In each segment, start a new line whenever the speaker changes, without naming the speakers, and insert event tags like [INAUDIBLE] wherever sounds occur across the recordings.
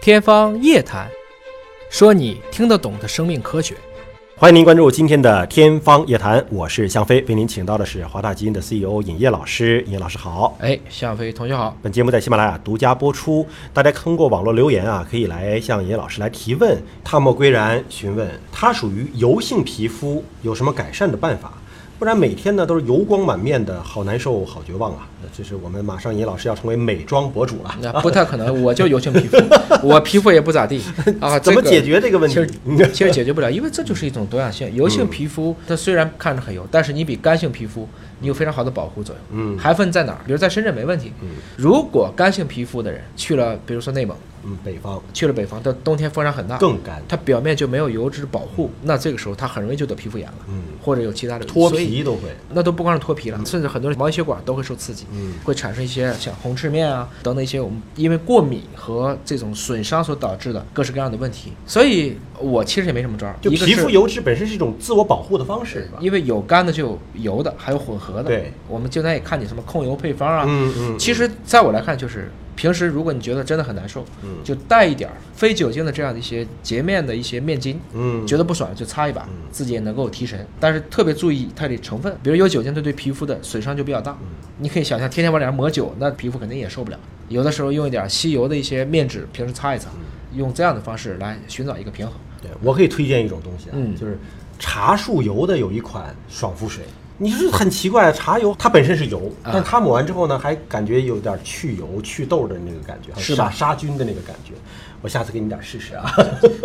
天方夜谭，说你听得懂的生命科学。
欢迎您关注今天的《天方夜谭》，我是向飞，为您请到的是华大基因的 CEO 尹烨老师。尹烨老师好。
哎，向飞同学好。
本节目在喜马拉雅独家播出，大家通过网络留言啊，可以来向尹烨老师来提问。踏莫归然询问他属于油性皮肤，有什么改善的办法？不然每天呢都是油光满面的，好难受，好绝望啊！这是我们马上尹老师要成为美妆博主了。
那不太可能，我就油性皮肤， [LAUGHS] 我皮肤也不咋地啊。
[LAUGHS] 怎么
这个
解决这个问
其
题嗯
实？其实解决不了，因为这就是一种多样性。油性皮肤它虽然看着很油，但是你比干性皮肤你有非常好的保护作用。
嗯
还分在哪儿？比如在深圳没问题。如果干性皮肤的人去了，比如说内蒙，
嗯，北方
去了北方，到冬天风沙很大，
更干，
它表面就没有油脂保护，那这个时候它很容易就得皮肤炎了，
嗯
或者有其他的
脱，
所以
皮都会。
那都不光是脱皮了，甚至很多毛细血管都会受刺激，
嗯
会产生一些像红赤面啊等等一些我们因为过敏和这种损伤所导致的各式各样的问题。所以我其实也没什么招儿，
就
一个
皮
是
肤油脂本身是一种自我保护的方式，是吧？
因为有干的就有油的，还有混合的。
对，
我们经常也看你什么控油配方啊。
嗯嗯
其实，在我来看，就是平时如果你觉得真的很难受，
嗯
就带一点儿非酒精的这样的一些洁面的一些面巾，
嗯，
觉得不爽就擦一把，
嗯
自己也能够提神。但是特别注意它的成分，比如有酒精，它对皮肤的损伤就比较
嗯
大。你可以想象，天天往脸上抹酒，那皮肤肯定也受不了。有的时候用一点吸油的一些面纸，平时擦一擦，
嗯
用这样的方式来寻找一个平
[LAUGHS]
衡。
对我可以推荐一种东西啊，
嗯
就是茶树油的有一款爽肤水。你是很奇怪，茶油它本身是油，
啊
但是它抹完之后呢，还感觉有点去油、去痘的那个感觉，还有
是吧
杀杀菌的那个感觉。我下次给你点试试啊。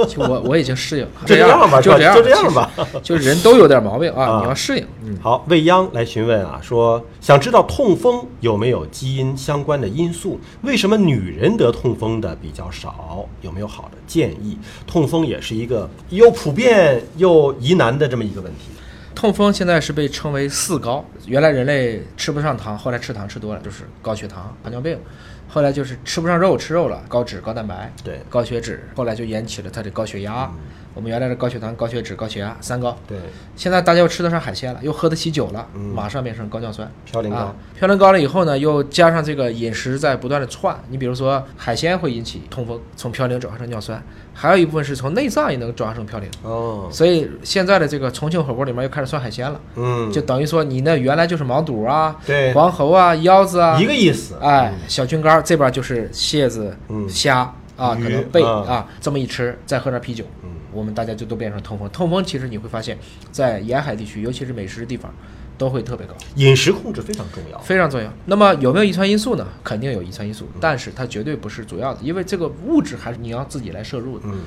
就我我已经适应了，
就这
样
样吧
就是
吧
这样，
就这样吧
其实。就是人都有点毛病啊，
啊
你要适应。嗯，
[LAUGHS] 好，未央来询问啊，说想知道痛风有没有基因相关的因素？为什么女人得痛风的比较少？有没有好的建议？痛风也是一个又普遍又疑难的这么一个问题。
痛风现在是被称为四高，原来人类吃不上糖，后来吃糖吃多了，就是高血糖、糖尿病。后来就是吃不上肉，吃肉了，高脂、高蛋白，
对嗯
高血脂，后来就引起了他的高血压。我们原来的高血糖、高血脂、高血压三高，
对，
现在大家又吃得上海鲜了，又喝得起酒了，
嗯
马上变成高尿酸。
嘌呤高
啊，嘌呤高了以后呢，又加上这个饮食在不断的窜，你比如说海鲜会引起痛风，从嘌呤转化成尿酸，还有一部分是从内脏也能转化成嘌呤，
哦，
所以现在的这个重庆火锅里面又开始涮海鲜了，
嗯，
就等于说你那原来就是毛肚啊、
对，
黄喉啊、腰子啊，
一个意思。
哎，小菌干儿这边就是蟹子、
嗯
虾啊，
鱼
可能贝
啊
啊，这么一吃，再喝点啤酒，
嗯
我们大家就都变成痛风。痛风其实你会发现，在沿海地区，尤其是美食地方，都会特别高，
饮食控制非常重要。
非常重要。那么有没有遗传因素呢？肯定有遗传因
嗯
素，但是它绝对不是主要的，因为这个物质还是你要自己来摄入的。
嗯，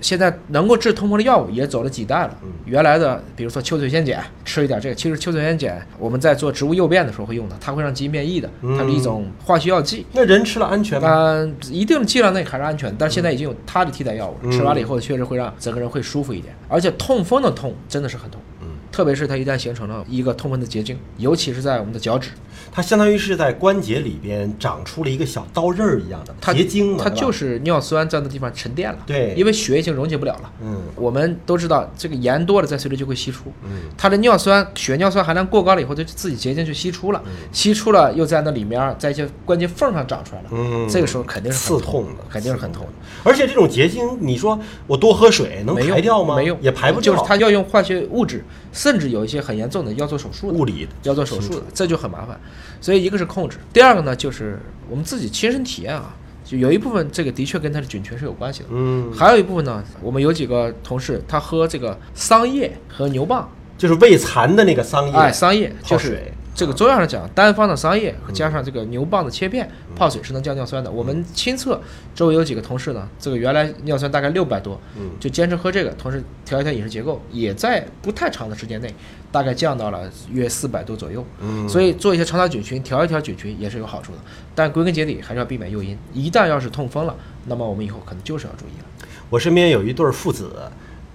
现在能够治痛风的药物也走了几代了
嗯。
原来的，比如说秋水仙碱，吃一点这个。其实秋水仙碱我们在做植物诱变的时候会用的，它会让基因变异的，
嗯
它是一种化学药剂。
那人吃了安全吗？
但一定剂量内还是安全的，但是现在已经有它的替代药物了，
嗯
吃完了以后确实会让整个人会舒服一点，而且痛风的痛真的是很痛，
嗯，
特别是它一旦形成了一个痛风的结晶，尤其是在我们的脚趾，
它相当于是在关节里边长出了一个小刀刃儿一样的
它
结晶嘛，
它就是是尿酸在那地方沉淀了，
对
因为血已经溶解不了了。
嗯
我们都知道，这个盐多了在随着就会析出，
嗯
它的尿酸、血尿酸含量过高了以后，就自己结晶去析出
嗯
了，析出了又在那里面在一些关节缝上长出来了，
嗯，
这个时候肯定是很
刺痛的
肯定是很痛的。
而且这种结晶，你说我多喝水能
没用
排掉吗？
没用，
也排不掉。
就是它要用化学物质，甚至有一些很严重的要做手术的，
物理
要做手术的，这就很麻烦。所以一个是控制，第二个呢就是我们自己亲身体验啊，就有一部分这个的确跟它的菌群是有关系的，
嗯，
还有一部分呢，我们有几个同事他喝这个桑叶和牛蒡，
就是胃残的那个桑叶，
哎，桑叶
泡
就是
水啊嗯
这个中药上讲，单方的桑叶和加上这个牛蒡的切片泡水是能降尿酸的。我们亲测，周围有几个同事呢，这个原来尿酸大概六百多，
嗯
就坚持喝这个，同时调一调饮食结构，也在不太长的时间内，大概降到了约四百多左右。
嗯
所以做一些肠道菌群，调一调菌群也是有好处的。但归根结底还是要避免诱因，一旦要是痛风了，那么我们以后可能就是要注意了。
我身边有一对儿父子，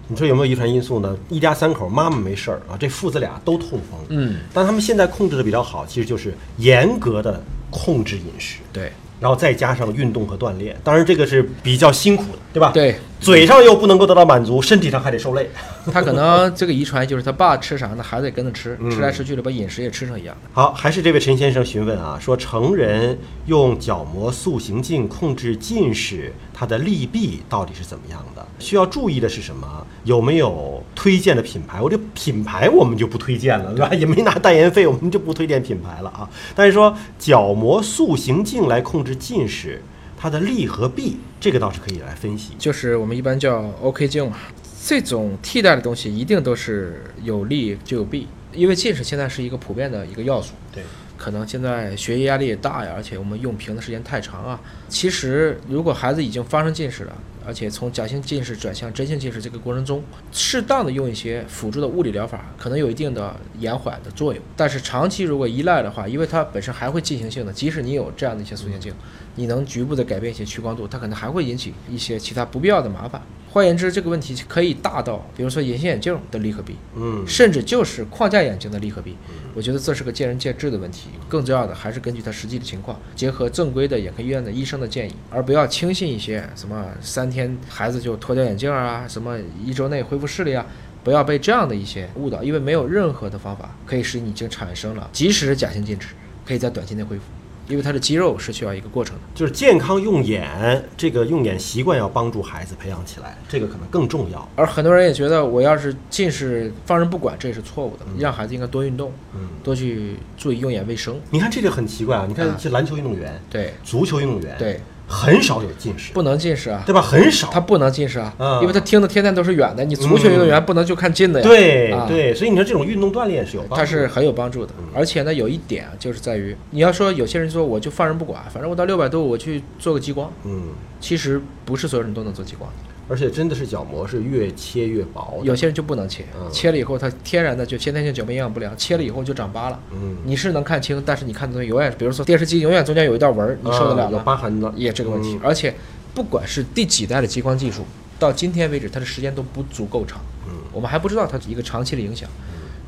你说有没有遗传因素呢？一家三口，妈妈没事儿啊，这父子俩都痛风。
嗯，
但他们现在控制的比较好，其实就是严格的控制饮食，
对。
然后再加上运动和锻炼。当然，这个是比较辛苦的，对吧？
对，
嘴上又不能够得到满足，身体上还得受累。
他可能这个遗传就是他爸吃啥，那孩子也跟着吃，
嗯
吃来吃去了，把饮食也吃成一样。
好，还是这位陈先生询问啊，说成人用角膜塑形镜控制近视，它的利弊到底是怎么样的？需要注意的是什么？有没有推荐的品牌？我这品牌我们就不推荐了，对吧？也没拿代言费，我们就不推荐品牌了啊。但是说角膜塑形镜来控制近视，它的利和弊，这个倒是可以来分析。
就是我们一般叫 OK 镜嘛。这种替代的东西一定都是有利就有弊，因为近视现在是一个普遍的一个要素。
对，
可能现在学业压力也大呀，而且我们用屏的时间太长啊。其实，如果孩子已经发生近视了，而且从假性近视转向真性近视这个过程中，适当的用一些辅助的物理疗法，可能有一定的延缓的作用。但是长期如果依赖的话，因为它本身还会进行性的，即使你有这样的一些塑形镜，你能局部的改变一些屈光度，它可能还会引起一些其他不必要的麻烦。换言之，这个问题可以大到，比如说隐形眼镜的利和弊，
嗯，
甚至就是框架眼镜的利和弊，我觉得这是个见仁见智的问题。更重要的还是根据他实际的情况，结合正规的眼科医院的医生的建议，而不要轻信一些什么三天孩子就脱掉眼镜啊，什么一周内恢复视力啊。不要被这样的一些误导，因为没有任何的方法可以使你已经产生了，即使是假性近视，可以在短期内恢复，因为它的肌肉是需要一个过程的。
就是健康用眼，这个用眼习惯要帮助孩子培养起来，这个可能更重要。
而很多人也觉得，我要是近视放任不管，这也是错误的。让孩子应该多运动，
嗯。
多去注意用眼卫生。
你看这就很奇怪啊！你看
啊
这篮球运动员、
对
足球运动员，，
对，
很少有近视，
不能近视啊，
对吧？很少。
他不能近视啊，
嗯
因为他听的天天都是远的。你足球运动员不能就看近的呀，
对、
啊
对，嗯所以你说这种运动锻炼是有帮助的。
它是很有帮助的。而且呢，有一点啊，就是在于你要说有些人说我就放任不管，反正我到六百度我去做个激光，
嗯，
其实不是所有人都能做激光，
而且真的是角膜是越切越薄的。
有些人就不能切，
哦嗯
切了以后他天然的就先天性角膜营养不良，切了以后就长疤了。
嗯，
你是能看清，但是你看的东西永远，比如说电视机永远中间有一道纹儿，你受得了
啊有
吗？
疤痕的
也这个问题
嗯。
而且，不管是第几代的激光技术，到今天为止，它的时间都不足够长，
嗯
我们还不知道它一个长期的影响。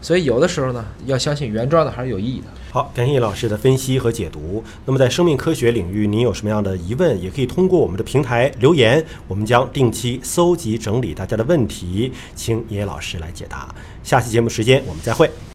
所以有的时候呢，要相信原装的还是有意义的。
好，感谢老师的分析和解读。那么在生命科学领域，您有什么样的疑问，也可以通过我们的平台留言，我们将定期搜集整理大家的问题，请野老师来解答。下期节目时间我们再会。